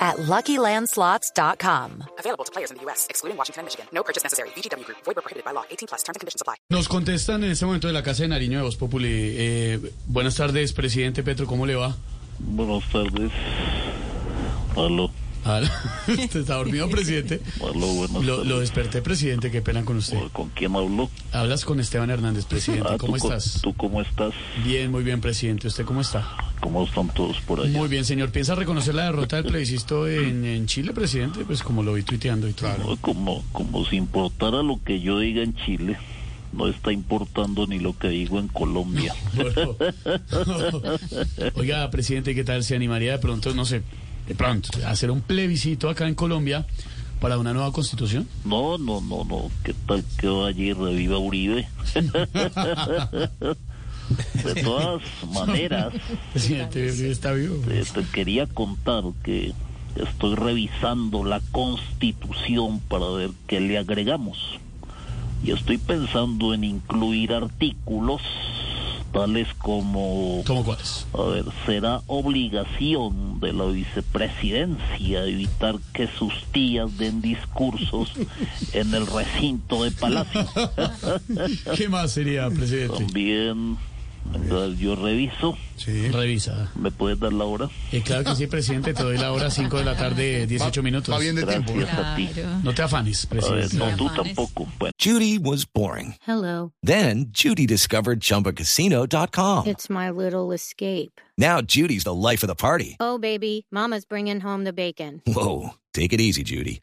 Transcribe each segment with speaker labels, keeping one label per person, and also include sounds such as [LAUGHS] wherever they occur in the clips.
Speaker 1: at LuckyLandSlots.com.
Speaker 2: Available to players in the U.S., excluding Washington and Michigan. No purchase necessary. VGW Group. Void where prohibited by law. 18 plus. Terms and conditions apply.
Speaker 3: Nos contestan en este momento de la Casa de Nariño de Voz Populi. Eh, buenas tardes, presidente Petro, ¿cómo le va? [LAUGHS]
Speaker 4: Buenas tardes. Aló,
Speaker 3: Ah, ¿Usted está dormido, presidente?
Speaker 4: aló, buenas
Speaker 3: Lo,
Speaker 4: tardes.
Speaker 3: lo desperté, presidente, qué pena con usted.
Speaker 4: ¿Con quién hablo?
Speaker 3: Hablas con Esteban Hernández, presidente,
Speaker 4: Ah,
Speaker 3: ¿cómo
Speaker 4: tú, co-
Speaker 3: estás?
Speaker 4: ¿Tú cómo estás?
Speaker 3: Bien, muy bien, presidente, ¿usted cómo está?
Speaker 4: ¿Cómo están todos por allá?
Speaker 3: Muy bien, señor. ¿Piensa reconocer la derrota del plebiscito en, en Chile, presidente? Pues como lo vi tuiteando y todo. [LAUGHS]
Speaker 4: No, Como, como si importara lo que yo diga en Chile. No está importando ni lo que digo en Colombia.
Speaker 3: Bueno. Oiga, presidente, ¿qué tal? ¿Se animaría de pronto, no sé, de pronto, a hacer un plebiscito acá en Colombia para una nueva constitución?
Speaker 4: No, no, no, no. ¿Qué tal que vaya y reviva
Speaker 3: [LAUGHS]
Speaker 4: Uribe? [LAUGHS] De todas maneras,
Speaker 3: Presidente, está vivo.
Speaker 4: eh, te quería contar que estoy revisando la constitución para ver qué le agregamos. Y estoy pensando en incluir artículos tales como,
Speaker 3: ¿Cómo cuáles?
Speaker 4: a ver, será obligación de la vicepresidencia evitar que sus tías den discursos en el recinto de palacio.
Speaker 3: ¿Qué más sería, presidente?
Speaker 4: También, a ver, yo reviso,
Speaker 3: Revisa.
Speaker 4: ¿me puedes dar la hora?
Speaker 3: Eh, claro que sí, presidente, te doy la hora 5 de la tarde, 18 minutos.
Speaker 4: Gracias a ti.
Speaker 3: No te afanes,
Speaker 4: A ver,
Speaker 3: presidente.
Speaker 4: no, tú tampoco. Bueno.
Speaker 5: Judy was boring.
Speaker 6: Hello.
Speaker 5: Then Judy discovered ChumbaCasino.com.
Speaker 6: It's my little escape.
Speaker 5: Now Judy's the life of the party.
Speaker 6: Oh, baby, Mama's bringing home the bacon.
Speaker 5: Whoa, take it easy, Judy.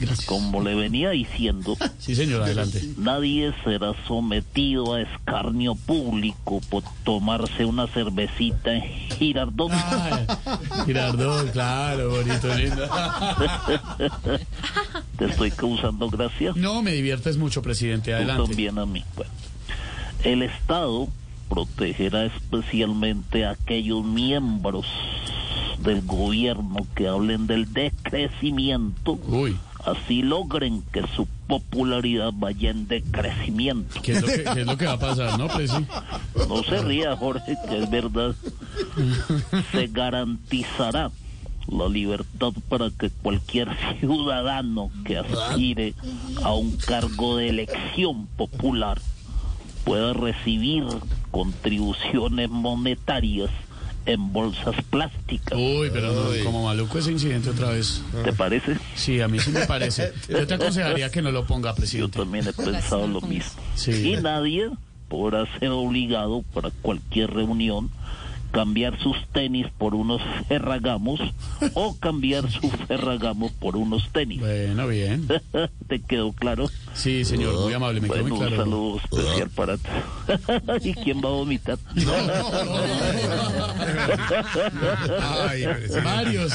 Speaker 3: Gracias.
Speaker 4: Como le
Speaker 3: [LAUGHS]
Speaker 4: venía diciendo,
Speaker 3: Sí, señor, adelante.
Speaker 4: [LAUGHS] nadie será sometido a escarnio público por tomarse una cervecita en Girardot.
Speaker 3: Ay, Girardot, claro, bonito, lindo.
Speaker 4: Te estoy causando gracia.
Speaker 3: No, me diviertes mucho, presidente,
Speaker 4: Tú
Speaker 3: adelante.
Speaker 4: también a mí. Bueno, el Estado protegerá especialmente a aquellos miembros del gobierno que hablen del decrecimiento.
Speaker 3: Uy,
Speaker 4: Así logren que su popularidad vaya en decrecimiento.
Speaker 3: ¿qué es lo que, qué es lo que va a pasar, no, pues presi?
Speaker 4: No se ría, Jorge, que es verdad. Se garantizará la libertad para que cualquier ciudadano que aspire a un cargo de elección popular pueda recibir contribuciones monetarias en bolsas plásticas.
Speaker 3: Uy, pero no, como maluco ese incidente otra vez.
Speaker 4: ¿Te parece?
Speaker 3: Sí, a mí sí me parece. Yo te aconsejaría que no lo ponga,
Speaker 4: Yo
Speaker 3: presidente.
Speaker 4: también he pensado lo mismo.
Speaker 3: Sí.
Speaker 4: Y nadie podrá ser obligado para cualquier reunión cambiar sus tenis por unos ferragamos o cambiar sus ferragamos por unos tenis.
Speaker 3: Bueno, bien.
Speaker 4: ¿Te quedó claro?
Speaker 3: Sí, señor, muy amable, me quedó
Speaker 4: Bueno,
Speaker 3: muy
Speaker 4: un
Speaker 3: claro.
Speaker 4: saludo especial para ti. ¿Y quién va a vomitar?
Speaker 3: Varios.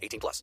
Speaker 5: 18 plus.